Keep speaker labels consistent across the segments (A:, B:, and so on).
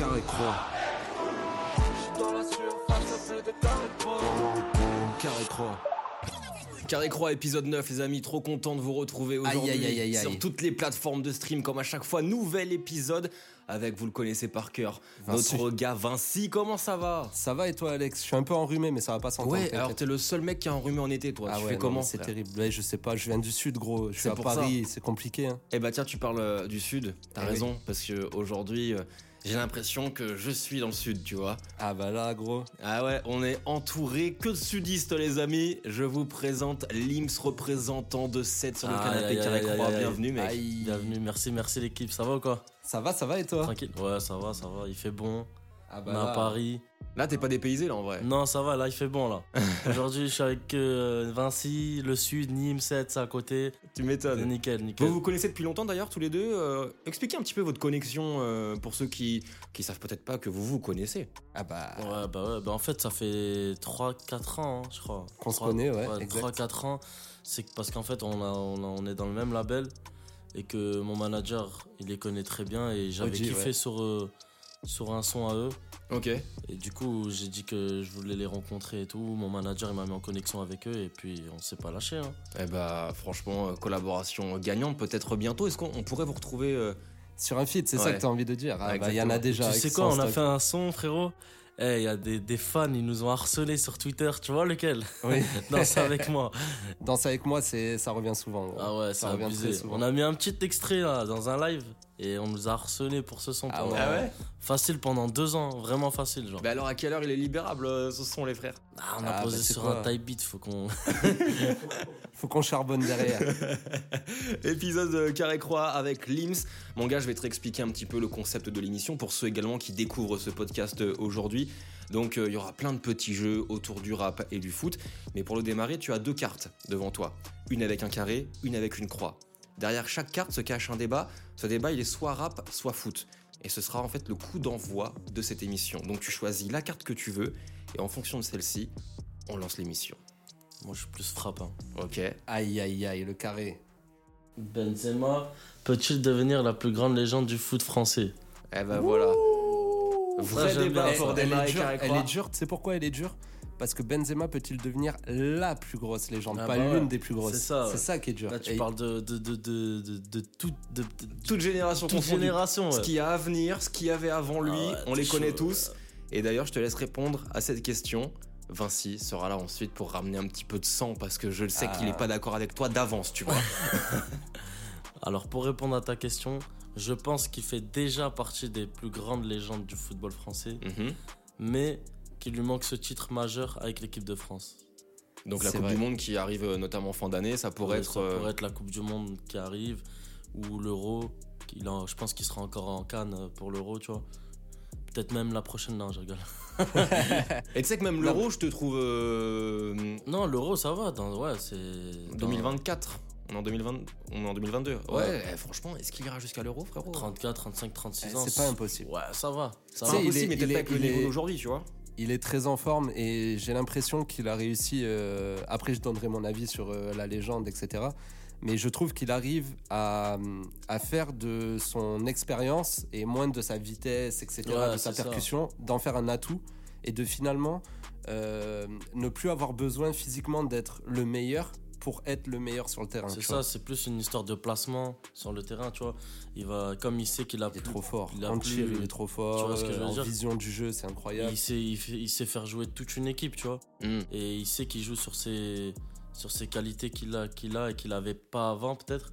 A: carré croix. Carré croix.
B: Carré Croix épisode 9 les amis, trop content de vous retrouver
A: Aïe,
B: aujourd'hui
A: aïe, aïe, aïe, aïe.
B: sur toutes les plateformes de stream comme à chaque fois, nouvel épisode avec vous le connaissez par cœur,
A: Vinci.
B: notre gars Vinci, comment ça va
A: Ça va et toi, Alex Je suis un peu enrhumé, mais ça va pas s'entendre.
B: Ouais,
A: t'inquiète.
B: alors t'es le seul mec qui a enrhumé en été toi,
A: Ah
B: tu
A: ouais,
B: fais
A: non,
B: comment
A: mais C'est
B: frère
A: terrible. Ouais, je sais pas, je viens du sud, gros. Je suis
B: C'est
A: à
B: pour ça.
A: Paris, c'est compliqué. hein.
B: Eh bah tiens, tu parles euh, du sud, t'as
A: Eh oui.
B: raison parce que aujourd'hui euh, j'ai l'impression que je suis dans le sud, tu vois.
A: Ah bah là, gros.
B: Ah ouais, on est entouré que de sudistes les amis. Je vous présente l'IMS représentant de 7 sur le
C: Aïe,
B: canapé
C: aïe,
B: Carré
C: aïe, aïe,
B: Croix,
C: aïe.
B: bienvenue mec.
A: Aïe.
C: Bienvenue, merci, merci l'équipe, ça va ou quoi
A: Ça va, ça va et toi
C: Tranquille Ouais, ça va, ça va, il fait bon.
A: Ah
C: on est
A: là.
C: à Paris.
B: Là t'es pas dépaysé là en vrai.
C: Non, ça va, là, il fait bon, là. Aujourd'hui, je suis avec euh, Vinci, le Sud, Nîmes 7, c'est à côté.
B: Tu m'étonnes.
C: Nickel, nickel.
B: Vous vous connaissez depuis longtemps d'ailleurs tous les deux. euh, expliquez un petit peu votre connexion euh, pour ceux qui qui savent peut-être pas que vous vous connaissez.
A: Ah bah.
C: Ouais, bah ouais, bah en fait, ça fait 3-4 ans, hein, je crois.
A: Qu'on se
C: Trois-
A: connaît, ouais, exact.
C: 3-4 ans, c'est que- parce qu'en fait, on, a, on, a- on est dans le même label et que mon manager, il les connaît très bien et j'avais
A: OG,
C: kiffé
A: ouais.
C: sur, euh, sur un son à eux.
B: Ok.
C: Et du coup, j'ai dit que je voulais les rencontrer et tout. Mon manager, il m'a mis en connexion avec eux et puis on s'est pas lâché. Hein.
B: Eh bah franchement euh, collaboration gagnante peut-être bientôt. Est-ce qu'on on pourrait vous retrouver euh,
A: Sur un feed, c'est ça
B: Ouais.
A: que t'as envie de dire. Ah
B: Ouais,
A: bah, il y en
B: exactement.
A: a déjà.
C: tu
A: avec
C: sais quoi,
A: ça en
C: on a
A: stock.
C: fait un son, frérot. Eh, il y a des, des fans, ils nous ont harcelés sur Twitter, tu vois lequel
A: Oui.
C: Danse avec moi.
A: Danse avec moi, c'est ça revient souvent. gros.
C: Ah ouais, ça a abusé. On a mis un petit extrait là, dans un live et on nous a harcelés pour ce son.
A: Ah
C: pendant-
A: ouais. Ah
C: Facile pendant deux ans, vraiment facile. genre.
B: Bah alors à quelle heure il est libérable euh, ce sont les frères
C: Ah, on a
A: Ah,
C: posé
A: bah, c'est
C: sur
A: quoi
C: un type beat, faut qu'on.
A: Faut qu'on charbonne derrière.
B: Épisode euh, Carré Croix avec l'IMS. Mon gars, je vais te réexpliquer un petit peu le concept de l'émission pour ceux également qui découvrent ce podcast euh, aujourd'hui. Donc, euh, il y aura plein de petits jeux autour du rap et du foot. Mais pour le démarrer, tu as deux cartes devant toi. Une avec un carré, une avec une croix. Derrière chaque carte se cache un débat. Ce débat, il est soit rap, soit foot. Et ce sera en fait le coup d'envoi de cette émission. Donc, tu choisis la carte que tu veux. Et en fonction de celle-ci, on lance l'émission.
C: Moi, je suis plus hein. frappant.
B: Ok Eh
A: Aïe aïe aïe, le carré.
C: Benzema peut-il devenir la plus grande légende du foot français
B: Eh ben voilà. Vrai
C: Ça, j'aime
B: débat
C: bien
B: pour
C: ça.
A: elle,
B: démarrer
A: est dure,
B: Carré
A: elle
B: Croix.
A: est dure, tu sais pourquoi elle est dure Parce que Benzema peut-il devenir la plus grosse légende,
C: Ah
A: pas
C: bah ouais.
A: l'une des plus grosses.
C: C'est ça, ouais.
A: qui est dur.
C: Là, tu
A: Et
C: parles de, de, de, de, de, de toute, de, de-
B: toute génération
C: toute
B: confondue.
C: génération.
B: Ce
C: ouais.
B: qu'il y a à venir, ce qu'il y avait avant lui,
C: Ah ouais,
B: on les
C: t'es
B: connaît
C: chaud,
B: tous. Et d'ailleurs, je te laisse répondre à cette question. Vinci sera là ensuite pour ramener un petit peu de sang parce que je le sais
A: Ah.
B: qu'il n'est pas d'accord avec toi d'avance, tu vois.
C: Alors pour répondre à ta question, je pense qu'il fait déjà partie des plus grandes légendes du football français,
B: Mhm.
C: mais qu'il lui manque ce titre majeur avec l'équipe de France.
B: Donc la
A: C'est
B: Coupe
A: vrai.
B: du Monde qui arrive euh, notamment fin d'année, ça pourrait
C: Ouais,
B: être.
C: ça
B: euh,
C: pourrait être la Coupe du Monde qui arrive ou l'Euro. qu'il en- Je pense qu'il sera encore en Cannes euh, pour l'Euro, tu vois. Peut-être même la prochaine, non, je rigole.
B: Et tu sais que même l'Euro, je te trouve. euh,
C: Non, l'Euro, ça va. Dans... Ouais, c'est. dans
B: 2024. On est en 2020 on est en 2022. Ouais,
C: Ouais.
B: eh, franchement, est-ce qu'il ira jusqu'à l'Euro, frérot
C: 34, 35, 36
A: Eh,
C: ans.
A: c'est pas impossible.
C: Ouais, ça va. Ça
A: Tu
C: va.
A: sais, il
B: Impossible,
A: est-
B: mais peut-être pas
A: il est-
B: avec le
A: il
B: niveau
A: est-
B: d'aujourd'hui, tu vois.
A: Il est très en forme et j'ai l'impression qu'il a réussi. euh, Après, je donnerai mon avis sur euh, la légende, etc. Mais je trouve qu'il arrive à, à faire de son expérience et moins de sa vitesse, etc.,
C: Ouais,
A: de sa
C: c'est ça.
A: percussion, d'en faire un atout et de finalement euh, ne plus avoir besoin physiquement d'être le meilleur pour être le meilleur sur le terrain.
C: C'est
A: tu
C: ça,
A: vois.
C: c'est plus une histoire de placement sur le terrain, tu vois. Il va, comme il sait qu'il a
A: Il est
C: plus-
A: trop fort.
C: il a
A: en tir,
C: plus-
A: il est trop fort. euh,
C: vois ce que je veux
A: en
C: dire
A: vision du jeu, c'est incroyable.
C: il sait, il, fait- il sait faire jouer toute une équipe, tu vois.
B: Mm.
C: Et il sait qu'il joue sur ses, sur ses qualités qu'il a, qu'il a et qu'il n'avait pas avant, peut-être.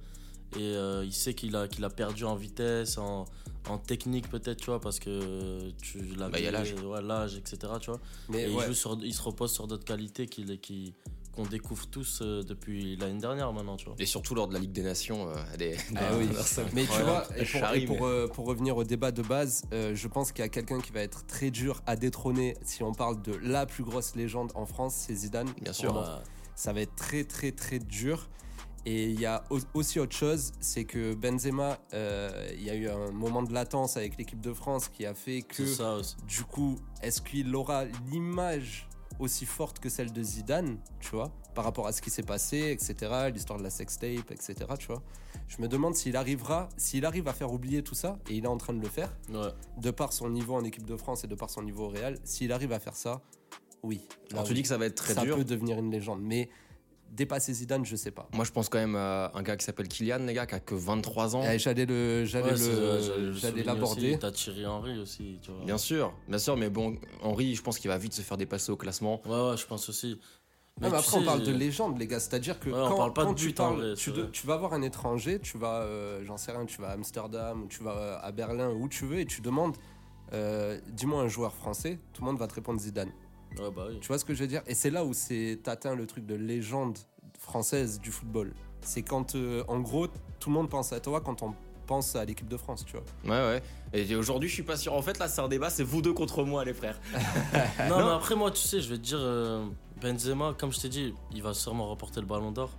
C: Et euh, il sait qu'il a, qu'il a perdu en vitesse, en, en technique, peut-être, tu vois, parce que tu l'as
B: Bah, il y a l'âge.
C: ouais, l'âge, etc., tu vois.
A: Mais
C: Et
A: ouais.
C: il, joue sur, il se repose sur d'autres qualités qu'il qui- qu'on qu'on découvre tous euh, depuis l'année dernière maintenant, tu vois.
B: Et surtout lors de la Ligue des Nations, euh, elle est.
A: Ah oui. Mais tu vois,
B: Incroyable.
A: et pour,
B: Charlie,
A: et pour,
B: mais-
A: euh, pour revenir au débat de base, euh, je pense qu'il y a quelqu'un qui va être très dur à détrôner si on parle de la plus grosse légende en France, c'est Zidane.
B: Bien sûr.
A: Pour moi,
C: Ouais.
A: Ça va être très très très dur. Et il y a au- aussi autre chose, c'est que Benzema, euh, il y a eu un moment de latence avec l'équipe de France qui a fait que
C: c'est ça aussi.
A: du coup, est-ce qu'il aura l'image aussi forte que celle de Zidane, tu vois, par rapport à ce qui s'est passé, etc., l'histoire de la sextape, etc., tu vois. Je me demande s'il arrivera, s'il arrive à faire oublier tout ça, et il est en train de le faire,
C: Ouais.
A: de par son niveau en équipe de France et de par son niveau au Real, s'il arrive à faire ça, oui.
B: Alors,
A: Là,
B: tu
A: oui.
B: dis que ça va être très
A: ça
B: dur.
A: peut devenir une légende, mais dépasser Zidane, je sais pas.
B: Moi, je pense quand même à un gars qui s'appelle Kylian, les gars, qui a que 23 ans.
A: Eh, J'allais le, j'allais
C: Ouais, c'est-
B: euh,
C: ouais, j'allais
A: le,
C: le
A: j'allais
C: souligner
A: l'aborder.
C: aussi. T'as Thierry Henry aussi, tu vois.
B: Bien sûr, bien sûr, mais bon, Henri, je pense qu'il va vite se faire dépasser au classement.
C: Ouais, ouais, je pense aussi.
A: Non, mais
C: tu
A: Ah, bah, après, on
C: sais,
A: parle de
C: j'ai-
A: légende, les gars. C'est-à-dire que
C: Ouais, on
A: quand,
C: parle pas
A: quand
C: de
A: tu
C: but, en
A: parles,
C: vrai,
A: tu,
C: c'est
A: de-
C: vrai.
A: tu vas voir un étranger, tu vas, euh, j'en sais rien, tu vas à Amsterdam, ou tu vas euh, à Berlin, où tu veux, et tu demandes, euh, dis-moi un joueur français, tout le monde va te répondre Zidane.
C: Ouais, bah oui.
A: Tu vois ce que je veux dire Et c'est là où c'est atteint le truc de légende française du football. C'est quand, euh, en gros, tout le monde pense à toi quand on pense à l'équipe de France, tu vois.
B: Ouais, ouais. Et aujourd'hui, je suis pas sûr. En fait, là, c'est un débat, c'est vous deux contre moi, les frères.
C: Non, mais après, moi, tu sais, je vais te dire, euh, Benzema, comme je t'ai dit, il va sûrement remporter le ballon d'or.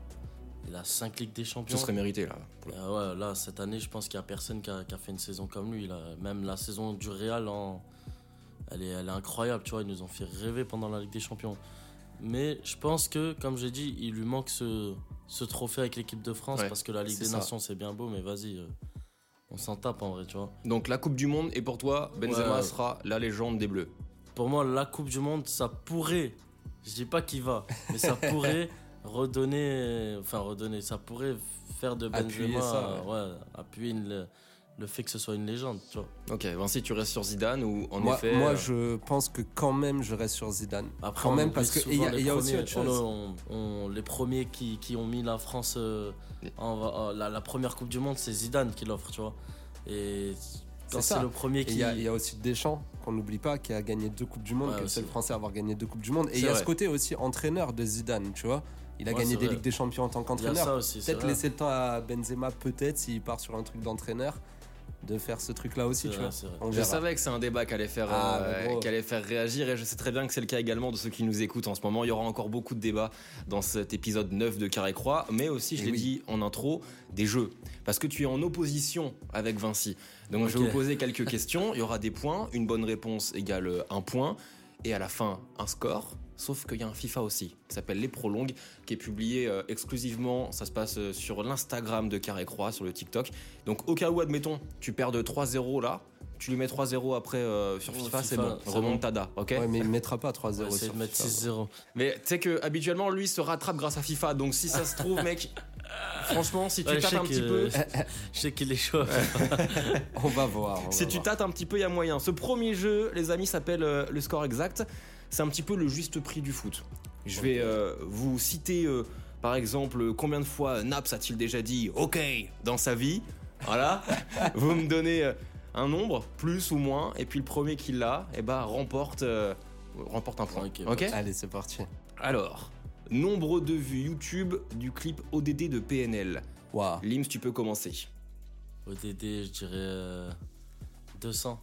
C: Il a 5 Ligues des Champions.
B: Ce serait mérité, là.
C: Euh, ouais, là, cette année, je pense qu'il n'y a personne qui a, qui a fait une saison comme lui. là. Même la saison du Real, en- elle, est, elle est incroyable, tu vois. Ils nous ont fait rêver pendant la Ligue des Champions. Mais je pense que, comme j'ai dit, il lui manque ce, ce trophée avec l'équipe de France
B: Ouais,
C: parce que la Ligue
A: c'est
C: des
A: ça.
C: Nations, c'est bien beau, mais vas-y, euh, on s'en tape en vrai, tu vois.
B: Donc, la Coupe du Monde, et pour toi, Benzema
C: Ouais.
B: sera la légende des Bleus.
C: Pour moi, la Coupe du Monde, ça pourrait, je dis pas qu'il va, mais ça pourrait redonner, enfin redonner, ça pourrait faire de Benzema,
A: Appuyer ça,
C: euh, ouais, appuyer une- le, le fait que ce soit une légende, tu vois.
B: Ok, Vinci, tu restes sur Zidane ou en
A: moi,
B: effet.
A: moi,
B: euh,
A: je pense que quand même, je reste sur Zidane.
C: Après,
A: Quand
C: on
A: même,
C: oublie
A: parce que-
C: souvent
A: et il y a-
C: les
A: et il y a aussi
C: premiers,
A: autre
C: on-
A: chose.
C: on- on- les premiers qui, qui ont mis la France euh, en, en- la, la première Coupe du Monde, c'est Zidane qui l'offre, tu vois. Et quand
A: C'est ça.
C: c'est le premier
A: Et
C: qui.
A: il y, a- il y a aussi Deschamps, qu'on n'oublie pas, qui a gagné deux Coupes du Monde,
C: Ouais,
A: qui est le seul
C: aussi.
A: Français à avoir gagné deux Coupes du Monde. Et
B: C'est
A: il y a
B: vrai.
A: ce côté aussi entraîneur de Zidane, tu vois. Il a
C: Ouais,
A: gagné
C: c'est
A: des
C: vrai.
A: Ligues des Champions en tant
C: il y a ça
A: qu'entraîneur.
C: aussi, c'est
A: Peut-être
C: vrai.
A: laisser le temps à Benzema, peut-être, s'il part sur un truc d'entraîneur, de faire ce truc-là
C: C'est
A: aussi, tu
C: vrai,
A: vois.
C: c'est vrai.
A: On
B: Je
A: verra.
B: savais que c'est un débat qui allait, faire,
A: Ah,
B: euh,
A: mais gros.
B: qui allait faire réagir et je sais très bien que c'est le cas également de ceux qui nous écoutent en ce moment. Il y aura encore beaucoup de débats dans cet épisode 9 de Carré Croix, mais aussi, je
A: Et
B: l'ai
A: Eh oui.
B: dit en intro, des jeux. Parce que tu es en opposition avec Vinci. Donc je vais
C: Ok.
B: vous poser quelques questions. Il y aura des points, une bonne réponse égale un point et à la fin un score. Sauf qu'il y a un FIFA aussi qui s'appelle Les Prolongues qui est publié euh, exclusivement. Ça se passe euh, sur l'Instagram de Carré Croix, sur le TikTok. Donc au cas où, admettons, tu perds de 3-0 là, tu lui mets 3-0 après euh, sur
C: Oh,
B: FIFA, c'est
C: FIFA,
B: bon,
C: c'est
B: remontada, ok
A: Ouais, mais il ne mettra pas 3-0
C: Ouais, c'est
A: sur
C: de mettre
A: FIFA.
C: 6-0.
B: Mais tu sais que habituellement, lui se rattrape grâce à FIFA. Donc si ça se trouve, mec, franchement, si tu
C: Ouais, je
B: tâtes
C: sais
B: un
C: que-
B: petit peu,
C: Je sais qu'il est chaud.
A: On va voir. on
B: Si
A: va
B: tu
A: voir.
B: tâtes un petit peu, il y a moyen. Ce premier jeu, les amis, s'appelle euh, le score exact. C'est un petit peu le juste prix du foot. Je vais euh, vous citer, euh, par exemple, euh, combien de fois Naps a-t-il déjà dit OK dans sa vie Voilà. vous me donnez euh, un nombre, plus ou moins, et puis le premier qui l'a, eh ben, remporte, euh, remporte un point.
C: Ok,
B: Ok
A: Allez, c'est parti.
B: Alors, nombre de vues YouTube du clip ODD de PNL.
A: Waouh.
B: Lims, tu peux commencer.
C: ODD, je dirais euh, 200.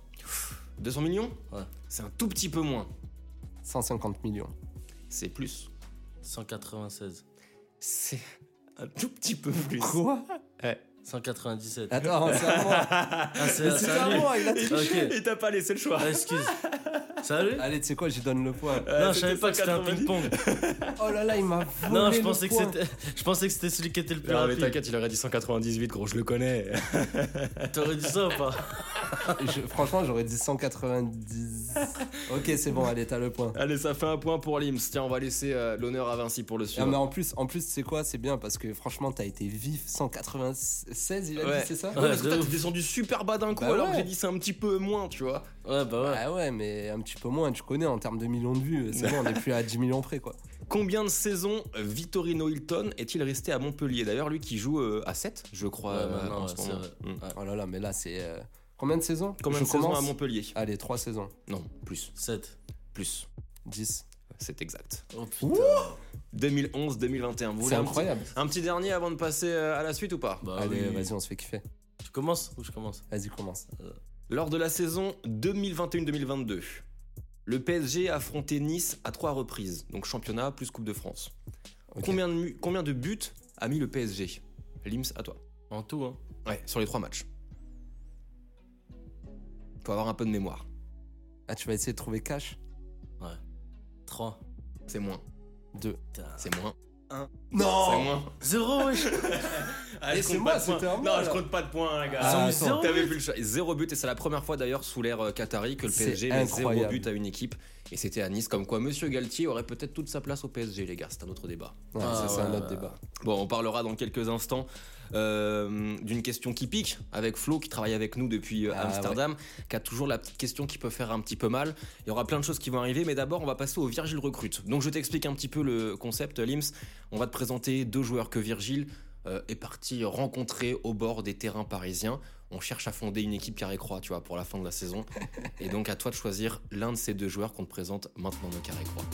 B: 200 millions
C: Ouais.
B: C'est un tout petit peu moins.
A: 150 millions.
B: C'est plus.
C: 196.
B: C'est un tout petit peu plus.
A: Quoi
C: 197.
A: Attends, c'est à moi.
C: Ah, c'est
A: Mais c'est
C: c'est à
A: à
C: lui.
A: moi, il a
B: Et
C: Ok.
B: et t'as pas laissé le choix.
C: Ah, excuse. Salut
A: Allez, tu sais quoi, j'y donne le poids.
C: Non, je
B: c'était
C: savais pas que c'était un
B: 190.
C: ping-pong.
A: Oh là là, il m'a volé
C: Ah, Non, je
A: le
C: pensais, que
A: point.
C: c'était, je pensais que c'était celui qui était le plus
B: Non, mais
C: rapide.
B: t'inquiète, il aurait dit 198, gros, je le connais.
C: T'aurais dit ça ou pas
A: Je- franchement, j'aurais dit 190. Ok, c'est bon, allez, t'as le point.
B: Allez, ça fait un point pour Lims. Tiens, on va laisser euh, l'honneur à Vinci pour le
A: Non,
B: suivre.
A: Ah, mais en plus, en plus, c'est quoi C'est bien parce que franchement, t'as été vif. 196, il a
B: Ouais.
A: dit, c'est ça
B: Ouais, parce que
C: de
B: toi,
C: ouf.
B: t'es descendu super bas d'un coup,
A: Bah
B: alors que
A: ouais.
B: j'ai dit c'est un petit peu moins, tu vois.
C: Ouais, bah ouais.
A: Ah ouais, mais un petit peu moins, tu connais, en termes de millions de vues, c'est bon, on est plus à 10 millions près, quoi.
B: Combien de saisons euh, Vittorino Hilton est-il resté à Montpellier D'ailleurs, lui qui joue euh, à 7, je crois,
C: Ouais,
B: euh,
C: maintenant,
B: en
C: ouais,
B: ce
C: c'est
B: moment.
C: vrai.
B: Mm.
A: Oh là là, mais là, c'est... euh, Combien de saisons
B: Combien
A: Je
B: de saisons
A: commence
B: à Montpellier
A: Allez, 3 saisons.
B: Non, plus.
C: 7.
B: Plus.
A: Dix.
B: C'est exact.
C: Oh putain.
A: Ouh
B: 2011-2021. Vous
A: C'est
B: voulez un petit,
A: incroyable.
B: un petit dernier avant de passer euh, à la suite ou pas
C: Bah
A: Allez,
C: oui.
A: vas-y, on se fait kiffer.
C: Tu commences ou je commence
A: Vas-y, commence.
B: Lors de la saison 2021-2022, le PSG a affronté Nice à trois reprises, donc championnat plus Coupe de France.
A: Ok.
B: Combien, de, mu- combien de buts a mis le PSG Lims, à toi.
C: En tout, hein.
B: Ouais, sur les trois matchs. Faut avoir un peu de mémoire.
A: Ah, tu vas essayer de trouver cash
C: 3.
B: C'est moins.
A: Deux.
B: C'est moins. C'est
A: Non
B: moins.
C: 0, wesh
B: Allez,
A: Ah, c'est moi, c'était à moi,
B: Non, je
A: là.
B: compte pas de points, les gars.
A: Ah,
C: Ils ont mis
A: attends.
C: zéro
B: T'avais
C: but.
B: plus le choix. Zéro but, et c'est la première fois d'ailleurs sous l'ère euh, Qatari que le
A: C'est
B: PSG met zéro
A: incroyable.
B: but à une équipe. Et c'était à Nice, comme quoi Monsieur Galtier aurait peut-être toute sa place au PSG, les gars. C'est un autre débat.
A: Ouais,
C: Ah,
A: ça, c'est un
C: ouais.
A: autre débat.
B: Bon, on parlera dans quelques instants euh, d'une question qui pique avec Flo qui travaille avec nous depuis euh,
A: Ah,
B: Amsterdam, qui a toujours la petite question qui peut faire un petit peu mal. Il y aura plein de choses qui vont arriver, mais d'abord on va passer au Virgile recrute. Donc je t'explique un petit peu le concept, Lims. On va te présenter deux joueurs que Virgile euh, est parti rencontrer au bord des terrains parisiens. On cherche à fonder une équipe carré-croix, tu vois, pour la fin de la saison. Et donc à toi de choisir l'un de ces deux joueurs qu'on te présente maintenant dans carré-croix.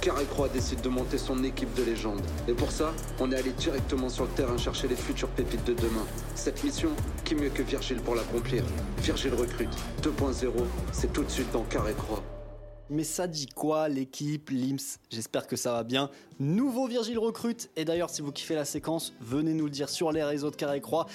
D: Carré-Croix décide de monter son équipe de légende. Et pour ça, on est allé directement sur le terrain chercher les futures pépites de demain. Cette mission, qui mieux que Virgile pour l'accomplir Virgile recrute. 2.0, c'est tout de suite dans Carré-Croix.
E: Mais ça dit quoi l'équipe, l'IMS J'espère que ça va bien. Nouveau Virgile recrute. Et d'ailleurs, si vous kiffez la séquence, venez nous le dire sur les réseaux de Carré-Croix.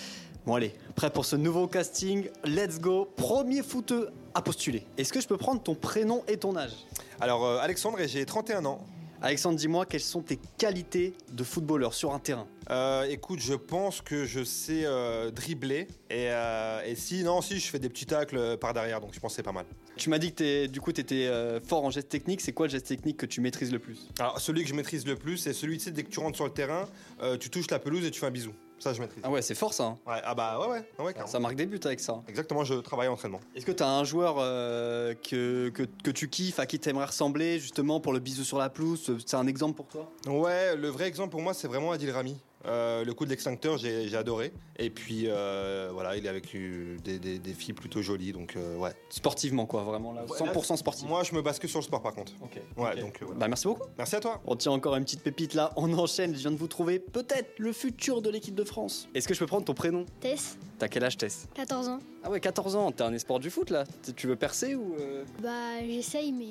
E: Bon allez, prêt pour ce nouveau casting Let's go Premier footeux à postuler. Est-ce que je peux prendre ton prénom et ton âge
F: Alors, euh, Alexandre, et j'ai 31 ans.
E: Alexandre, dis-moi quelles sont tes qualités de footballeur sur un terrain
F: Euh, écoute, je pense que je sais euh, dribbler. Et, euh, et si, non, si, je fais des petits tacles euh, par derrière, donc je pense que c'est pas mal.
E: Tu m'as dit que t'es- du coup tu étais fort en geste technique. C'est quoi le geste technique que tu maîtrises le plus
F: Alors, celui que je maîtrise le plus, c'est celui, tu sais, dès que tu rentres sur le terrain, euh, tu touches la pelouse et tu fais un bisou. Ça, je maîtrise.
E: Ah ouais, c'est fort ça. hein.
F: Ouais, ah bah ouais, ouais, ouais, carrément.
E: Ça marque des buts avec ça.
F: Exactement, je travaille à l'entraînement.
E: Est-ce que tu as un joueur euh, que, que, que tu kiffes, à qui tu aimerais ressembler, justement, pour le bisou sur la pelouse C'est un exemple pour toi
F: Ouais, le vrai exemple pour moi, c'est vraiment Adil Rami. Euh, le coup de l'extincteur, j'ai j'ai adoré. Et puis, euh, voilà, il est avec euh, des, des- des filles plutôt jolies, donc euh, ouais.
E: Sportivement, quoi, vraiment, là,
F: Ouais,
E: 100% sportif.
F: Moi, je me base que sur le sport, par contre.
E: Ok.
F: Ouais,
E: Ok.
F: donc euh, voilà.
E: Bah, merci beaucoup.
F: Merci à toi.
E: On tient encore une petite pépite là, on enchaîne, je viens de vous trouver peut-être le futur de l'équipe de France. Est-ce que je peux prendre ton prénom
G: Tess,
E: T'as quel âge Tess
G: 14 ans.
E: Ah ouais, 14 ans, t'es un espoir du foot là Tu- Tu veux percer ou... euh
G: Bah, j'essaye, mais